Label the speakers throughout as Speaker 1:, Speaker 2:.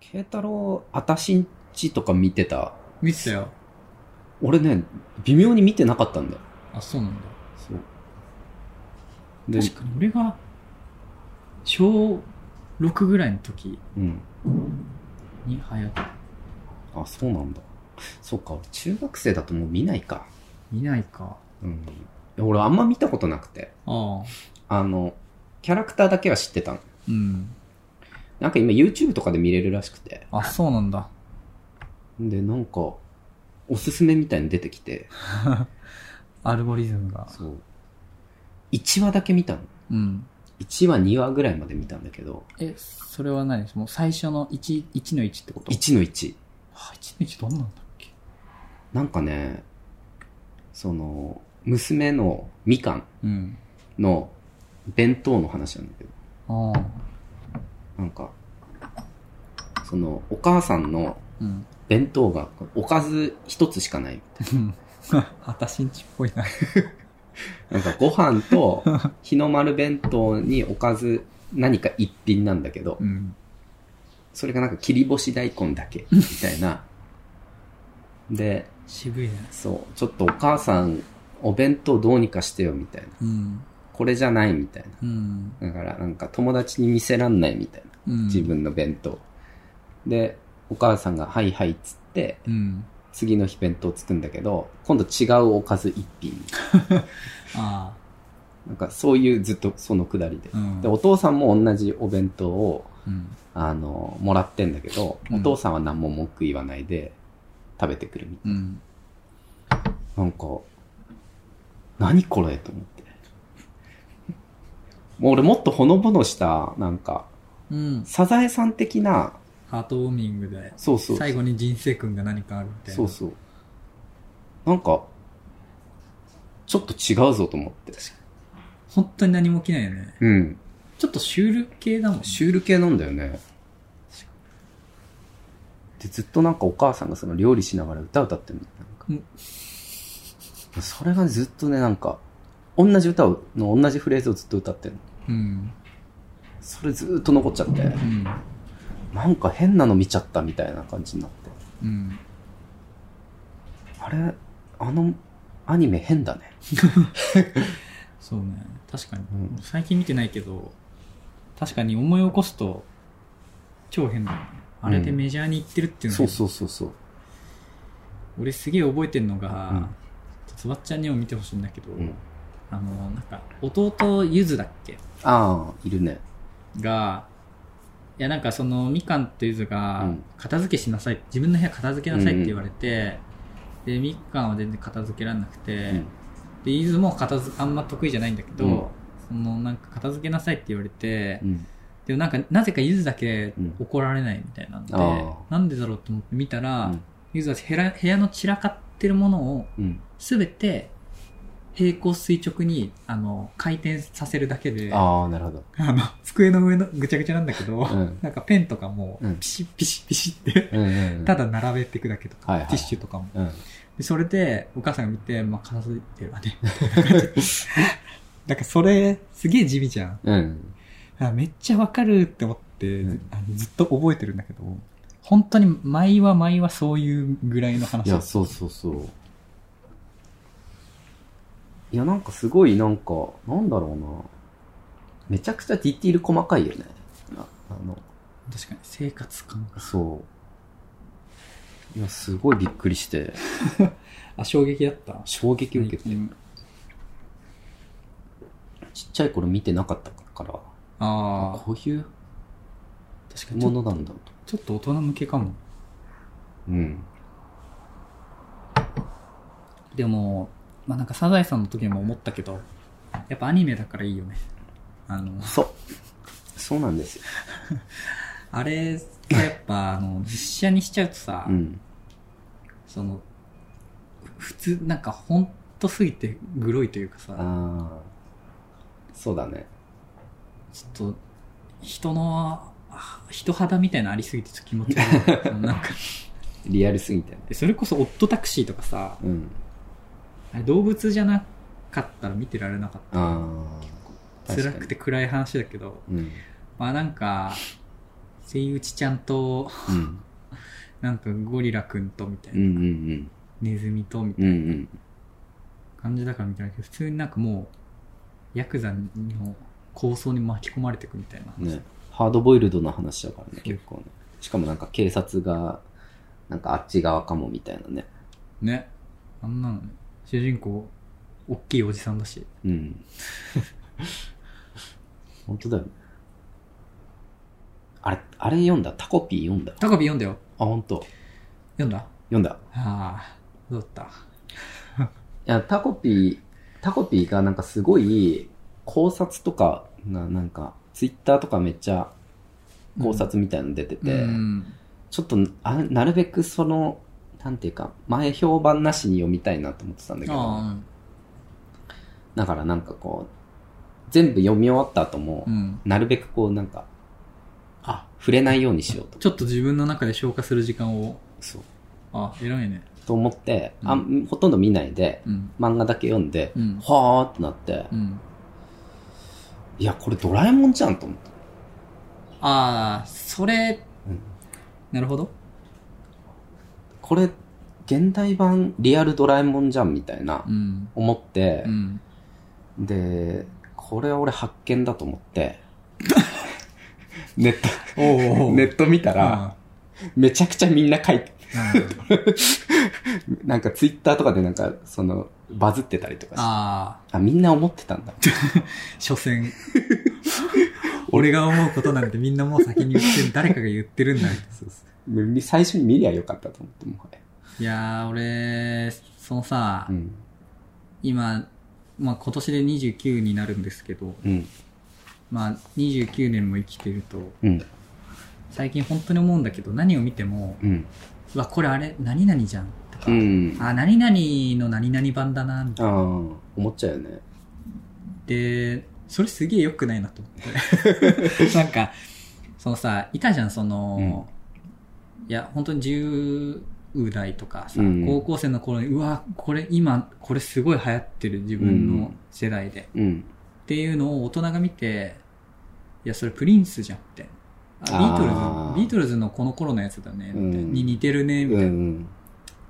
Speaker 1: 慶太郎、あたしんちとか見てた。
Speaker 2: 見てたよ。
Speaker 1: 俺ね、微妙に見てなかったんだよ。
Speaker 2: あ、そうなんだ。
Speaker 1: そう。で、
Speaker 2: 確かに俺が、小6ぐらいの時
Speaker 1: うん。
Speaker 2: に流行った。
Speaker 1: あ、そうなんだ。そうか、俺中学生だともう見ないか。
Speaker 2: 見ないか。
Speaker 1: うん。俺あんま見たことなくて。
Speaker 2: ああ。
Speaker 1: あの、キャラクターだけは知ってたの。
Speaker 2: うん。
Speaker 1: なんか今 YouTube とかで見れるらしくて。
Speaker 2: あ、そうなんだ。
Speaker 1: で、なんか、おすすめみたいに出てきて。
Speaker 2: アルゴリズムが。
Speaker 1: そう。1話だけ見たの。
Speaker 2: うん。
Speaker 1: 1話、2話ぐらいまで見たんだけど、
Speaker 2: え、それは何もう最初の1、1の1ってこと
Speaker 1: 1の1。
Speaker 2: あ1の1どんなんだっけ
Speaker 1: なんかね、その、娘のみかん
Speaker 2: うん。
Speaker 1: の弁当の話なんだけど、
Speaker 2: ああ。
Speaker 1: なんか、その、お母さんの
Speaker 2: うん。
Speaker 1: 弁当が、おかず一つしかない。
Speaker 2: あたしんちっぽいな。
Speaker 1: なんかご飯と日の丸弁当におかず何か一品なんだけど
Speaker 2: う、ん。
Speaker 1: それがなんか切り干し大根だけ、みたいな。で、
Speaker 2: 渋いね。
Speaker 1: そう、ちょっとお母さん、お弁当どうにかしてよ、みたいな。
Speaker 2: うん。
Speaker 1: これじゃない、みたい
Speaker 2: うん。
Speaker 1: な。だから、なんか友達に見せらんない、みたいな。
Speaker 2: うん。
Speaker 1: 自。分の弁当。で、お母さんが、はいはい、っつって、
Speaker 2: うん。
Speaker 1: 次の日弁当作るんだけど、今度違うおかず一品。
Speaker 2: あ
Speaker 1: なんか、そういうずっとそのくだりで
Speaker 2: あ。。うん。
Speaker 1: で、お父さんも同じお弁当を、
Speaker 2: うん。
Speaker 1: あの、もらってんだけど、
Speaker 2: うん
Speaker 1: お父さんは何も文句言わないで、食べてくるみたい
Speaker 2: うん。
Speaker 1: な。なんか、何これと思って。もう俺もっとほのぼのした、なんか、
Speaker 2: うん。
Speaker 1: サザエさん的な、
Speaker 2: ハートウォーミングで、
Speaker 1: そうそう。
Speaker 2: 最後に人生君が何かあるみたいな。
Speaker 1: そうそう。なんか、ちょっと違うぞと思って。
Speaker 2: 本当に何も起きないよね。
Speaker 1: うん。
Speaker 2: ちょっとシュール系だもんね。
Speaker 1: シュール系なんだよね。で、ずっとなんかお母さんがその料理しながら歌歌ってるの。なんかそれがずっとね、なんか、同じ歌を、の同じフレーズをずっと歌ってるの。
Speaker 2: うん。
Speaker 1: それずっと残っちゃって、
Speaker 2: うん。
Speaker 1: なんか変なの見ちゃったみたいな感じになって。
Speaker 2: うん。
Speaker 1: あれ、あのアニメ変だね。
Speaker 2: そうね。確かに。
Speaker 1: うん
Speaker 2: 最近見てないけど、確かに思い起こすと、超変だよね。あれでメジャーに行ってるっていうのが
Speaker 1: そうそうそうそう。
Speaker 2: 俺すげえ覚えてんのが、
Speaker 1: うん
Speaker 2: つばっちゃんにも見てほしいんだけど、
Speaker 1: うん。
Speaker 2: あの、なんか、弟ゆずだっけ
Speaker 1: ああ、いるね。
Speaker 2: が、いやなんかそのみかんとゆず
Speaker 1: う
Speaker 2: が
Speaker 1: ん
Speaker 2: 片付けしなさい、自分の部屋片付けなさいって言われて、でみかんは全然片付けられなくて、
Speaker 1: うん
Speaker 2: でゆずも片付あんま得意じゃないんだけど、
Speaker 1: うん
Speaker 2: そのなんか片付けなさいって言われて、
Speaker 1: うん。
Speaker 2: でもなんかなぜかゆずだけ
Speaker 1: うん
Speaker 2: 怒られないみたいなんで、
Speaker 1: あー
Speaker 2: なんでだろうと思って見たら、
Speaker 1: うん
Speaker 2: ゆずは部屋部屋の散らかってるものを
Speaker 1: うん。
Speaker 2: すべて平行垂直にあの回転させるだけで、
Speaker 1: ああ、なるほど。
Speaker 2: あの、机の上のぐちゃぐちゃなんだけど、
Speaker 1: うん
Speaker 2: なんかペンとかも
Speaker 1: うん、
Speaker 2: ピシッピシッピシッって、
Speaker 1: うんうんうん
Speaker 2: ただ並べていくだけとか、
Speaker 1: はいはい
Speaker 2: ティッシュとかも。
Speaker 1: うん。
Speaker 2: で、それで、お母さんが見て、まあ、片付いてる わね。なんかそれ、すげえ地味じゃん。
Speaker 1: うん。
Speaker 2: あめっちゃわかるって思って、
Speaker 1: うん
Speaker 2: あのずっと覚えてるんだけど、本当に毎は毎はそういうぐらいの話
Speaker 1: いや、そうそうそう。いや、なんかすごい、なんか、なんだろうな。めちゃくちゃディティール細かいよね。ああの、
Speaker 2: 確かに、生活感が。
Speaker 1: そう。いや、すごいびっくりして、
Speaker 2: あ、衝撃だった。
Speaker 1: 衝撃受けて、
Speaker 2: うん
Speaker 1: ちっちゃい頃見てなかったから、
Speaker 2: ああ、
Speaker 1: こういう
Speaker 2: 確かにち
Speaker 1: も
Speaker 2: ょ
Speaker 1: のなんだと。
Speaker 2: ちょっと大人向けかも。
Speaker 1: うん。
Speaker 2: でも、まあ、なんかサザエさんの時も思ったけど、やっぱアニメだからいいよね。あの、
Speaker 1: そう。そうなんですよ。
Speaker 2: あれがやっぱ、あの、実写にしちゃうとさ、
Speaker 1: うん。
Speaker 2: その、普通、なんかほんとすぎてグロいというかさ、
Speaker 1: ああ。そうだね。
Speaker 2: ちょっと、人の、あ人肌みたいなのありすぎてちょっと気持ち悪い。 そのなんか、
Speaker 1: リアルすぎてね。
Speaker 2: でそれこそオットタクシーとかさ、
Speaker 1: うん。
Speaker 2: あれ動物じゃなかったら見てられなかっ
Speaker 1: ああ。
Speaker 2: た。辛くて暗い話だけど、
Speaker 1: うん。
Speaker 2: まあなんか、セイウチちゃんと、
Speaker 1: うん。
Speaker 2: なんかゴリラくんとみたい
Speaker 1: うんう
Speaker 2: な、
Speaker 1: ん
Speaker 2: ネズミとみた
Speaker 1: うん。
Speaker 2: い
Speaker 1: うんう。
Speaker 2: なん感じだからみたいなけど、普通になんかもう、ヤクザの構想に巻き込まれていくみたいな。
Speaker 1: ね、ハードボイルドな話だからね、
Speaker 2: そう
Speaker 1: 結構ね。しかもなんか警察が、なんかあっち側かもみたいなね。
Speaker 2: ね。あんなのね、主人公、おっきいおじさんだし。
Speaker 1: うん。 本当だよね。あれ、あれ読んだタコピー読んだ
Speaker 2: タコピー読んだよ。
Speaker 1: あ、本当
Speaker 2: 読んだ
Speaker 1: 読んだ。
Speaker 2: ああ、どうだっ
Speaker 1: いや、タコピー、タコピーがなんかすごい考察とかな、なんか、ツイッターとかめっちゃ
Speaker 2: た
Speaker 1: 考察みたいなの出てて、
Speaker 2: うん。
Speaker 1: ちょっとあ、なるべくその、なんていうか、前評判なしに読みたいなと思ってたんだけど、
Speaker 2: あ
Speaker 1: だからなんかこう、全部読み終わった後も
Speaker 2: あ、う、ん。
Speaker 1: なるべくこうなんか、あ、触れないようにしようと。
Speaker 2: ちょっと自分の中で消化する時間を、
Speaker 1: そう。
Speaker 2: あ、偉いね。
Speaker 1: と思って、
Speaker 2: うん
Speaker 1: あん、ほとんど見ないで、
Speaker 2: うん。
Speaker 1: 漫画だけ読んで
Speaker 2: う、ん。
Speaker 1: はーってなって、
Speaker 2: うん。
Speaker 1: いや、これドラえもんじゃんと思って。
Speaker 2: ああ、それ、
Speaker 1: うん
Speaker 2: なるほど。
Speaker 1: これ、現代版リアルドラえもんじゃんみたいな、
Speaker 2: うん。
Speaker 1: 思って
Speaker 2: う、 ん。
Speaker 1: で、これは俺発見だと思 って、ネッ
Speaker 2: おー
Speaker 1: ト、
Speaker 2: お
Speaker 1: ネット見たら、めちゃくちゃみんな書いて、なんかツイッターとかでなんか、その、バズってたりとかして、
Speaker 2: あ
Speaker 1: あ、みんな思ってたんだ。
Speaker 2: あ、所詮。俺が思うことなんてみんなもう先に言ってる、誰かが言ってるんだ。
Speaker 1: そうそう最初に見りゃよかったと思って、もはや。
Speaker 2: いやー、俺、そのさ、
Speaker 1: うん。
Speaker 2: 今、まあ今年で29になるんですけど、
Speaker 1: うん。
Speaker 2: まあ29年も生きてると、
Speaker 1: うん。
Speaker 2: 最近本当に思うんだけど、何を見ても、
Speaker 1: うん。
Speaker 2: うわ、これあれ、何々じゃんとか、
Speaker 1: うん。あ
Speaker 2: あ、何々の何々版だな、みたいな
Speaker 1: あー、思っちゃうよね。
Speaker 2: で、それすげえ良くないなと 思って。なんか、そのさ、いたじゃん、その、いや、本当に10代とかさ、
Speaker 1: うん
Speaker 2: 高校生の頃に、うわ、これ今、これすごい流行ってる、自分の世代で。
Speaker 1: うん。
Speaker 2: っていうのを大人が見て、いや、それプリンスじゃんって。あビートルズ
Speaker 1: あー
Speaker 2: ビートルズのこの頃のやつだね、みたいな
Speaker 1: うん
Speaker 2: に似てるね、みたい
Speaker 1: うん
Speaker 2: な。
Speaker 1: うん。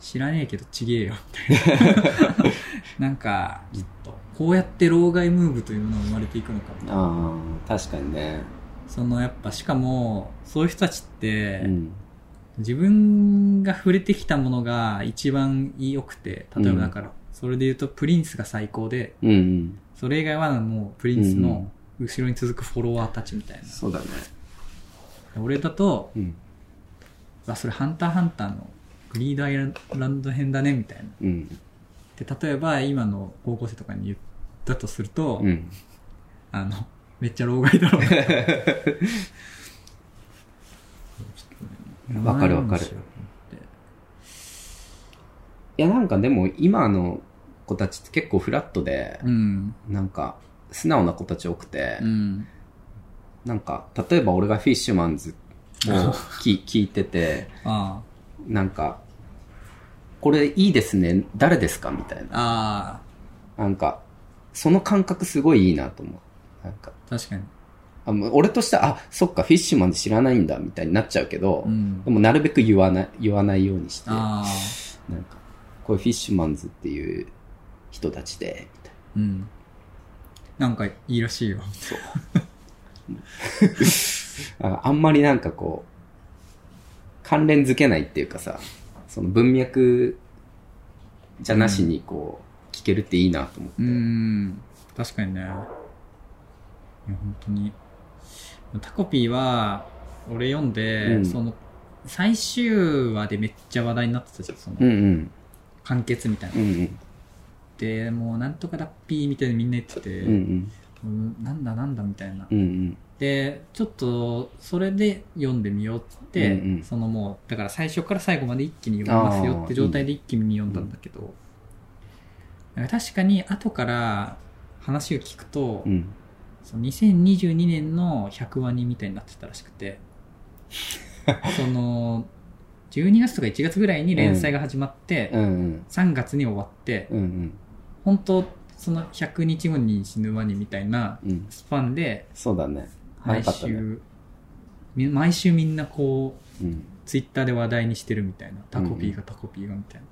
Speaker 2: 知らねえけどちげえよ、みたい な。なんか、ちょっと、こうやって老害ムーブというものが生まれていくのかみたいな
Speaker 1: ああ、確かにね。
Speaker 2: そのやっぱしかもそういう人たちって、
Speaker 1: うん。
Speaker 2: 自分が触れてきたものが一番良くて例えばだから、それで言うとプリンスが最高で
Speaker 1: うんうん。
Speaker 2: それ以外はもうプリンス
Speaker 1: う
Speaker 2: の
Speaker 1: ん
Speaker 2: 後ろに続くフォロワーたちみたいな、
Speaker 1: そうだね。
Speaker 2: 俺だと
Speaker 1: うん。
Speaker 2: あそれ「ハンターハンター」のグリードアイランド編だねみたいな
Speaker 1: うん。
Speaker 2: で例えば今の高校生とかに言ったとすると、
Speaker 1: うん。
Speaker 2: あのめっちゃ老害だろうなちょっとね
Speaker 1: わかるわかるいや、なんかでも今の子たちって結構フラットで、
Speaker 2: うん。
Speaker 1: なんか素直な子たち多くて、
Speaker 2: うん。
Speaker 1: なんか例えば俺がフィッシュマンズを き聞いてて、
Speaker 2: あ
Speaker 1: なんか、これいいですね、誰ですかみたい
Speaker 2: あ。
Speaker 1: な。
Speaker 2: あ
Speaker 1: なんか、その感覚すごいいいなと思う。なんか、
Speaker 2: あ。確かに。
Speaker 1: あもう俺としては、あ、そっか、フィッシュマンズ知らないんだ、みたいになっちゃうけど、
Speaker 2: うん
Speaker 1: で。もなるべく言わない、言わないようにして、なん
Speaker 2: ああ。
Speaker 1: か、これフィッシュマンズっていう人たちで、みたいな。
Speaker 2: うん。なんかいいらしいよ。
Speaker 1: ああんまりなんかこう、関連づけないっていうかさ、その文脈じゃなしにこう、聞けるっていいなと思って。
Speaker 2: うん。確かにね。いや、本当に。タコピーは、俺読んで、
Speaker 1: うん
Speaker 2: その、最終話でめっちゃ話題になってたじゃん、その、
Speaker 1: うんうん。
Speaker 2: 完結みたいな
Speaker 1: う。ん
Speaker 2: で、もうなんとかだっぴーみたいなみんな言ってて、
Speaker 1: うん。うん
Speaker 2: うんなんだなんだみたいな
Speaker 1: うん。う。ん
Speaker 2: でちょっとそれで読んでみようっつって、
Speaker 1: うんうん
Speaker 2: そのもうだから最初から最後まで一気に読みますよって状態で一気に読んだんだけどなんか確かに後から話を聞くと、
Speaker 1: うん。うん。
Speaker 2: その2022年の100話にみたいになってたらしくてその12月とか1月ぐらいに連載が始まって、
Speaker 1: うんうん。
Speaker 2: 3月に終わって
Speaker 1: うんうん。
Speaker 2: 本当その100日後に死ぬワニみたいな
Speaker 1: うん。
Speaker 2: スパンで
Speaker 1: そうだね。早
Speaker 2: 毎
Speaker 1: かったね。
Speaker 2: 週み毎週みんなこう、
Speaker 1: うん。
Speaker 2: ツイッターで話題にしてるみたいな。タコピーがタコピーがみたいな。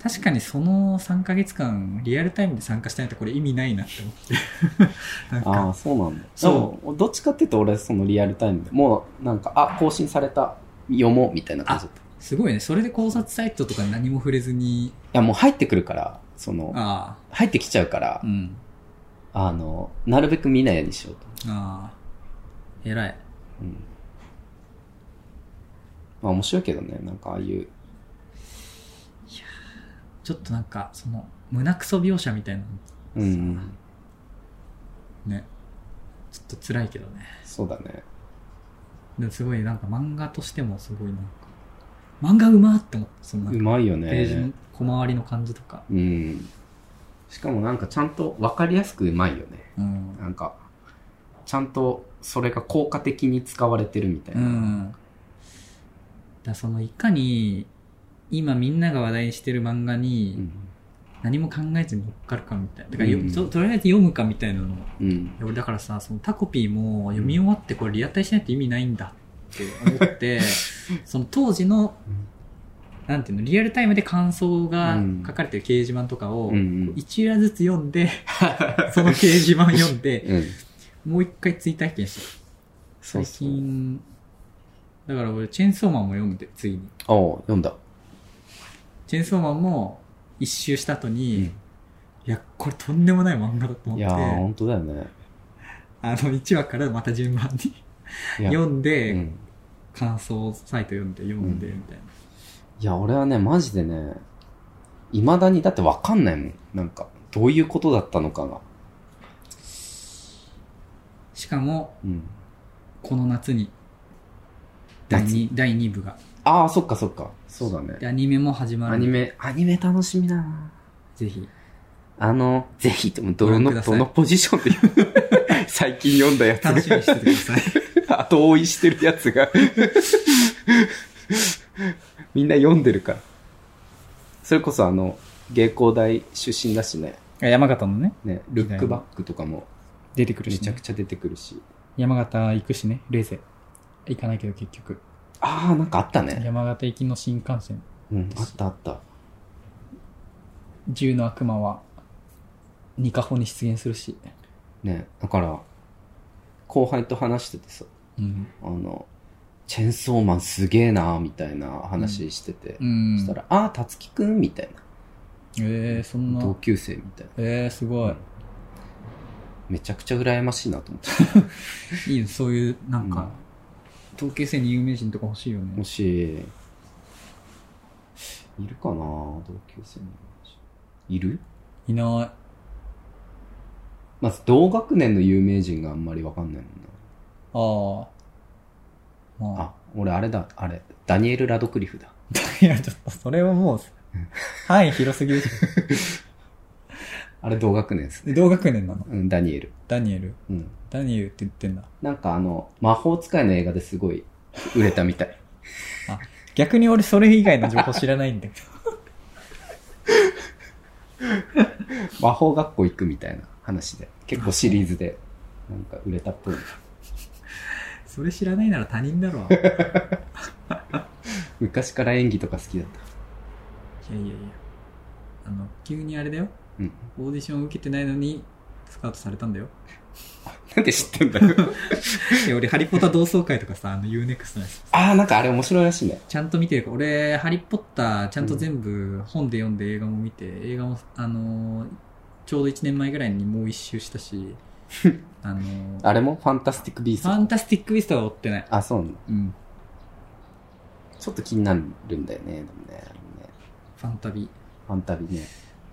Speaker 2: 確かにその3ヶ月間、リアルタイムで参加したいとこれ意味ないなって思って。 なん
Speaker 1: あ
Speaker 2: か、
Speaker 1: あ、そうなんだ。
Speaker 2: そう
Speaker 1: う。どっちかっていうと俺、そのリアルタイムで、もうなんか、あ、更新された、読もうみたいな感じだった。い
Speaker 2: すごいね。それで考察サイトとかに何も触れずに、
Speaker 1: や、もう入ってくるから、その、
Speaker 2: あ
Speaker 1: 入ってきちゃうから
Speaker 2: あ、う、ん。
Speaker 1: あの、なるべく見ないようにしようと。
Speaker 2: ああ、偉い。
Speaker 1: うん。まあ面白いけどね、なんかああいう、
Speaker 2: ちょっとなんか、その、胸くそ描写みたいな
Speaker 1: うんうん、
Speaker 2: のね。ちょっと辛いけどね。
Speaker 1: そうだね。
Speaker 2: でもすごいなんか漫画としてもすごいなんか、漫画うまーって思った。そのなん
Speaker 1: う
Speaker 2: か
Speaker 1: まいよ
Speaker 2: ページの
Speaker 1: ね。
Speaker 2: 小回りの感じとか。
Speaker 1: うん。しかもなんかちゃんと分かりやすくうまいよね。
Speaker 2: うん。
Speaker 1: なんか、ちゃんとそれが効果的に使われてるみたいうな。
Speaker 2: ん。だからそのいかに、今みんなが話題にしてる漫画
Speaker 1: う
Speaker 2: に
Speaker 1: ん。
Speaker 2: 何も考えずに乗っかるかみたいな。だからよ、
Speaker 1: うん
Speaker 2: ととりあえず読むかみたいなの。
Speaker 1: う
Speaker 2: い
Speaker 1: ん。
Speaker 2: や俺だからさ、そのタコピーも読み終わってこれリアタイしないと意味ないんだって 思って、その当時の
Speaker 1: うん、
Speaker 2: なんていうの、リアルタイムで感想が
Speaker 1: うん
Speaker 2: 書かれてる掲示板とかを、
Speaker 1: うん
Speaker 2: 一話ずつ読 んで、その掲示板読んで、
Speaker 1: うん。
Speaker 2: もう一回追体験した。
Speaker 1: そう
Speaker 2: 最
Speaker 1: そう。
Speaker 2: 近、だから俺、チェーンソーマンも読んで、ついに。
Speaker 1: おう読んだ。
Speaker 2: チェーンソーマンも一周した後に、
Speaker 1: うん
Speaker 2: いや、これとんでもない漫画だと思
Speaker 1: い
Speaker 2: って、
Speaker 1: やー、ほんとだよね。
Speaker 2: あの、1話からまた順番に
Speaker 1: いや、
Speaker 2: 読んで、
Speaker 1: うん
Speaker 2: 感想サイト読んで、読んで、みたいな。
Speaker 1: いや、俺はね、マジでね、未だにだって分かんないもん。なんか、どういうことだったのかが。
Speaker 2: しかも、
Speaker 1: うん。
Speaker 2: この夏に、第2、第二部が。
Speaker 1: ああ、そっかそっか。そうだ
Speaker 2: で、
Speaker 1: ね。
Speaker 2: アニメも始まる。
Speaker 1: アニ。メ、アニメ楽しみだな。
Speaker 2: ぜひ。
Speaker 1: あの、ぜひとも、
Speaker 2: ご
Speaker 1: ど
Speaker 2: 覧く
Speaker 1: の、
Speaker 2: ださ
Speaker 1: ど
Speaker 2: い
Speaker 1: のポジションで 言う最近読んだやつ
Speaker 2: 楽しみにしててください。
Speaker 1: が、後追いしてるやつが。 みんな読んでるから。それこそあの、芸工大出身だしね。
Speaker 2: 山形のね、
Speaker 1: ね、ルックバックとかも
Speaker 2: 出てく
Speaker 1: めちゃくちゃ出てくるし。
Speaker 2: 山形行くしね、レーゼ。行かないけど結 局。
Speaker 1: ああ、なんかあったね。
Speaker 2: 山形行きの新幹線。
Speaker 1: うん、あったあった。
Speaker 2: 銃の悪魔は、ニカホに出現するし。
Speaker 1: ね、だから、後輩と話しててさ、
Speaker 2: うん。
Speaker 1: あの、チェンソーマンすげえなーみたいな話してて、
Speaker 2: うん。
Speaker 1: そしたら、ああ、たつきくんみたい
Speaker 2: えー、そん
Speaker 1: な。
Speaker 2: な。
Speaker 1: 同級生みたいな。
Speaker 2: えー、すごい。
Speaker 1: めちゃくちゃ羨ましいなと思って。
Speaker 2: いいよ、そういう、なんか、同級生に有名人とか欲しいよ
Speaker 1: も
Speaker 2: ね。
Speaker 1: し、いるかな同級生の話いる
Speaker 2: いな
Speaker 1: まず同学年の有名人があんまりわかんないもん
Speaker 2: い。ああ。ま
Speaker 1: な。
Speaker 2: あ
Speaker 1: あ、俺あれだ、あれ、ダニエル・ラドクリフだ。、
Speaker 2: いや、ちょっと、それはもう、範囲広すぎるし。
Speaker 1: あれ同学年ですね。
Speaker 2: 同学年なの
Speaker 1: うん、ダニエル。
Speaker 2: ダニエル。
Speaker 1: うん。
Speaker 2: ダニエルって言ってんだ。
Speaker 1: なんかあの、魔法使いの映画ですごい売れたみたい。
Speaker 2: 逆に俺それ以外の情報知らないんだけど。
Speaker 1: 魔法学校行くみたいな話で。結構シリーズで、なんか売れたっぽい。
Speaker 2: それ知らないなら他人 だろ。いや
Speaker 1: 昔から演技とか好きだった。
Speaker 2: いやいや。あの、急にあれだよ。
Speaker 1: うん。
Speaker 2: オーディション受けてないのに、スカウトされたんだよ。
Speaker 1: なんで知ってんだろう。
Speaker 2: いや、俺、ハリポタ同窓会とかさ、あの、UNEXT のやつ。
Speaker 1: あー、なんかあれ面白いらしいね。
Speaker 2: ちゃんと見てるから、俺、ハリポッター、ちゃんと全部、本で読んで映画も見て、映画も、あのーちょうど1年前ぐらいにもう一周したし、 あのー
Speaker 1: あれもファンタスティック・ビース
Speaker 2: フ
Speaker 1: ト
Speaker 2: ァ。ンタスティック・ビストは追ってない。
Speaker 1: あ、そうなんだ。
Speaker 2: うん。
Speaker 1: ちょっと気になるんだよね、でもね。あれもね
Speaker 2: ファンタビ。い
Speaker 1: ファンタビね。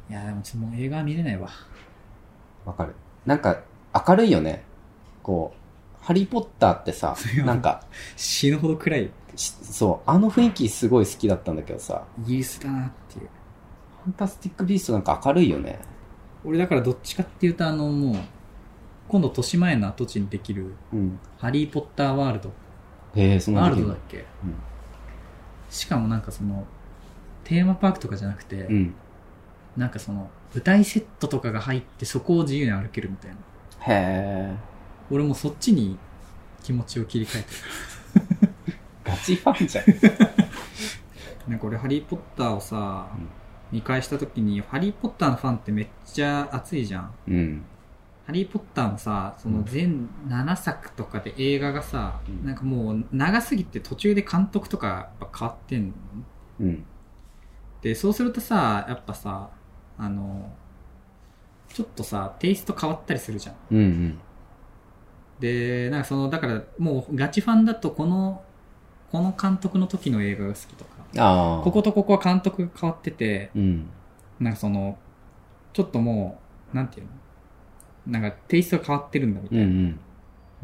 Speaker 2: や、でもちょっともう映画は見れないわ。
Speaker 1: わかる。なんか、明るいよね。こう、ハリー・ポッターってさ
Speaker 2: い、や
Speaker 1: なんか、
Speaker 2: 死ぬほど暗い。
Speaker 1: しそう、あの雰囲気すごい好きだったんだけどさ、
Speaker 2: イギリスだなっていう。
Speaker 1: ファンタスティック・ビーストなんか明るいよね。
Speaker 2: 俺、だからどっちかっていうと、あの、もう、今度、豊島園の跡地にできる、
Speaker 1: うん。
Speaker 2: ハリー・ポッターワールド。
Speaker 1: へえ、そんな
Speaker 2: ワ
Speaker 1: の
Speaker 2: ー
Speaker 1: でき
Speaker 2: ル
Speaker 1: る
Speaker 2: ド
Speaker 1: の
Speaker 2: だっけ、
Speaker 1: うん
Speaker 2: しかもなんかその、テーマパークとかじゃなくて、
Speaker 1: うん。
Speaker 2: なんかその、舞台セットとかが入ってそこを自由に歩けるみたいな。
Speaker 1: へえ。
Speaker 2: 俺もうそっちに気持ちを切り替えて
Speaker 1: ガチファン じゃん。
Speaker 2: なんか俺、ハリー・ポッターをさ
Speaker 1: うん、
Speaker 2: 見返した時に、ハリー・ポッターのファンってめっちゃ熱いじゃん。
Speaker 1: うん。
Speaker 2: ハリー・ポッターもさ、その全7作とかで映画がさ、
Speaker 1: うん
Speaker 2: なんかもう長すぎて途中で監督とかやっぱ変わってんの
Speaker 1: うん。
Speaker 2: で、そうするとさ、やっぱさ、あの、ちょっとさ、テイスト変わったりするじゃん。
Speaker 1: うんうん。
Speaker 2: で、なんかその、だからもうガチファンだとこの、この監督の時の映画が好きとか、
Speaker 1: ああ。
Speaker 2: こことここは監督が変わってて、
Speaker 1: うん。
Speaker 2: なんかその、ちょっともう、なんていうのなんかテイストが変わってるんだみたいな
Speaker 1: うん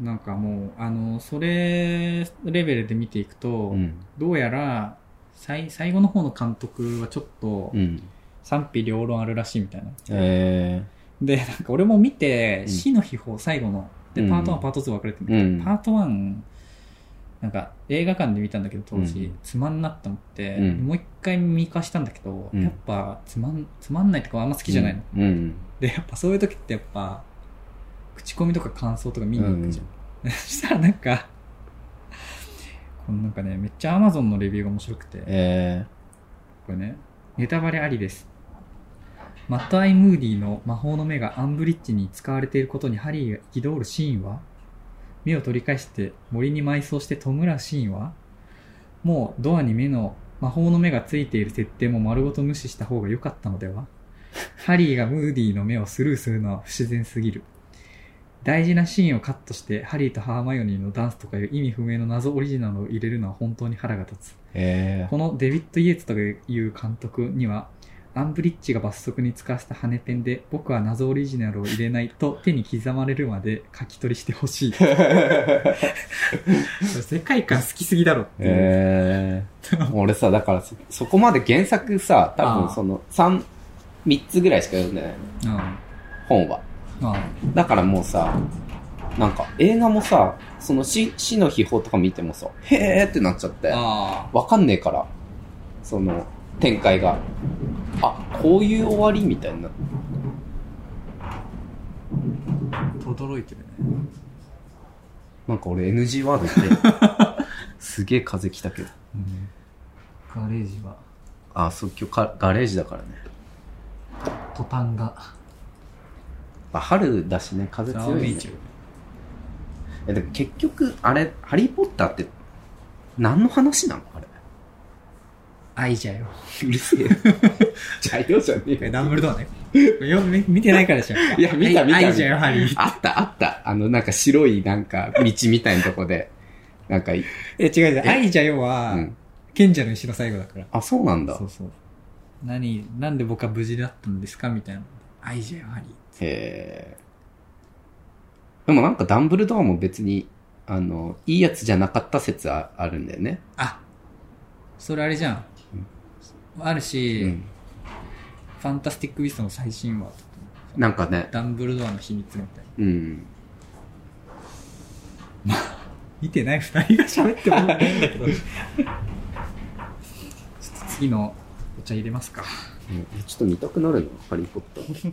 Speaker 1: うん。
Speaker 2: なんかもう、あの、それレベルで見ていくと、
Speaker 1: うん。
Speaker 2: どうやら、最、最後の方の監督はちょっと
Speaker 1: うん。
Speaker 2: 賛否両論あるらしいみたいな。
Speaker 1: え
Speaker 2: で、なんか俺も見て、
Speaker 1: うん
Speaker 2: 死の秘宝最後の、で、
Speaker 1: うん
Speaker 2: パート1、パート2分かれて
Speaker 1: え。う
Speaker 2: る、
Speaker 1: ん。
Speaker 2: パート1、なんか映画館で見たんだけど当時、
Speaker 1: うん
Speaker 2: つまんなって思って、
Speaker 1: うん
Speaker 2: もう一回見返したんだけど、
Speaker 1: うん
Speaker 2: やっぱつまん、つまんないとかあんま好きじゃないの。
Speaker 1: うん。うん。
Speaker 2: で、やっぱそういう時ってやっぱ、口コミとか感想とか見に行くじゃん。 そしたらなんか、このなんかね、めっちゃ Amazon のレビューが面白くて、こ
Speaker 1: え
Speaker 2: れね、ネタバレありです。マット・アイ・ムーディの魔法の目がアンブリッジに使われていることにハリーが憤るシーンは目を取り返して森に埋葬して弔うシーンはもうドアに目の魔法の目がついている設定も丸ごと無視した方が良かったのではハリーがムーディの目をスルーするのは不自然すぎる。大事なシーンをカットして、ハリーとハーマイオニーのダンスとかいう意味不明の謎オリジナルを入れるのは本当に腹が立つ。
Speaker 1: え。え
Speaker 2: このデビッド・イエーツという監督には、アンブリッジが罰則に使わせた羽ペンで、僕は謎オリジナルを入れないと手に刻まれるまで書き取りしてほ しい。
Speaker 1: え。
Speaker 2: 世界観好きすぎだろっていう。
Speaker 1: ええ俺さ、だからそ、そこまで原作さ、多
Speaker 2: ああ
Speaker 1: 分その、三、三つぐらいしか読んでないの
Speaker 2: うん
Speaker 1: 本は。
Speaker 2: まあ、
Speaker 1: だからもうさ、なんか映画もさ、その死死の秘宝とか見てもさ、へーってなっちゃって、
Speaker 2: あ
Speaker 1: わかんねえから、その展開が。あ、こういう終わりみたいな。
Speaker 2: あ、とどろいてるね。
Speaker 1: なんか俺 NG ワード って、すげえ風来たけど。
Speaker 2: ガレージは、
Speaker 1: あ、そう、今日かガレージだからね。
Speaker 2: トタンが、
Speaker 1: まあ春だしね、風強い、ね。
Speaker 2: ゃう。
Speaker 1: え、でも結局、あれ、ハリーポッターって、何の話なのあれ。
Speaker 2: 愛じゃ よ。
Speaker 1: うるせ えよ。じゃあよじゃねえよ。
Speaker 2: ダンブルドアね。よ見見てないからでしょ。
Speaker 1: いや見た見た
Speaker 2: 愛愛じゃよ、ハリー。
Speaker 1: あったあった。あの、なんか白い、なんか、道みたいなとこで。なんかい、
Speaker 2: え、違う違う。愛じゃよ
Speaker 1: う
Speaker 2: は、
Speaker 1: ん。
Speaker 2: 賢者の石の最後だから。
Speaker 1: あ、そうなんだ
Speaker 2: そ。うそう。何、なんで僕は無事だったんですかみたいな。愛じゃよ、ハリー。
Speaker 1: へーでもなんかダンブルドアも別に、あの、いいやつじゃなかった説ああるんだよね。
Speaker 2: あ、それあれじゃん。あるし、
Speaker 1: うん。
Speaker 2: ファンタスティック・ウィストの最新話。
Speaker 1: なんかね、
Speaker 2: ダンブルドアの秘密みたいな。
Speaker 1: うん。
Speaker 2: 見てない二人が喋ってもらえないんだ けど。ちょっと次のお茶入れますか。
Speaker 1: うんちょっと見たくなるのハリーポッター。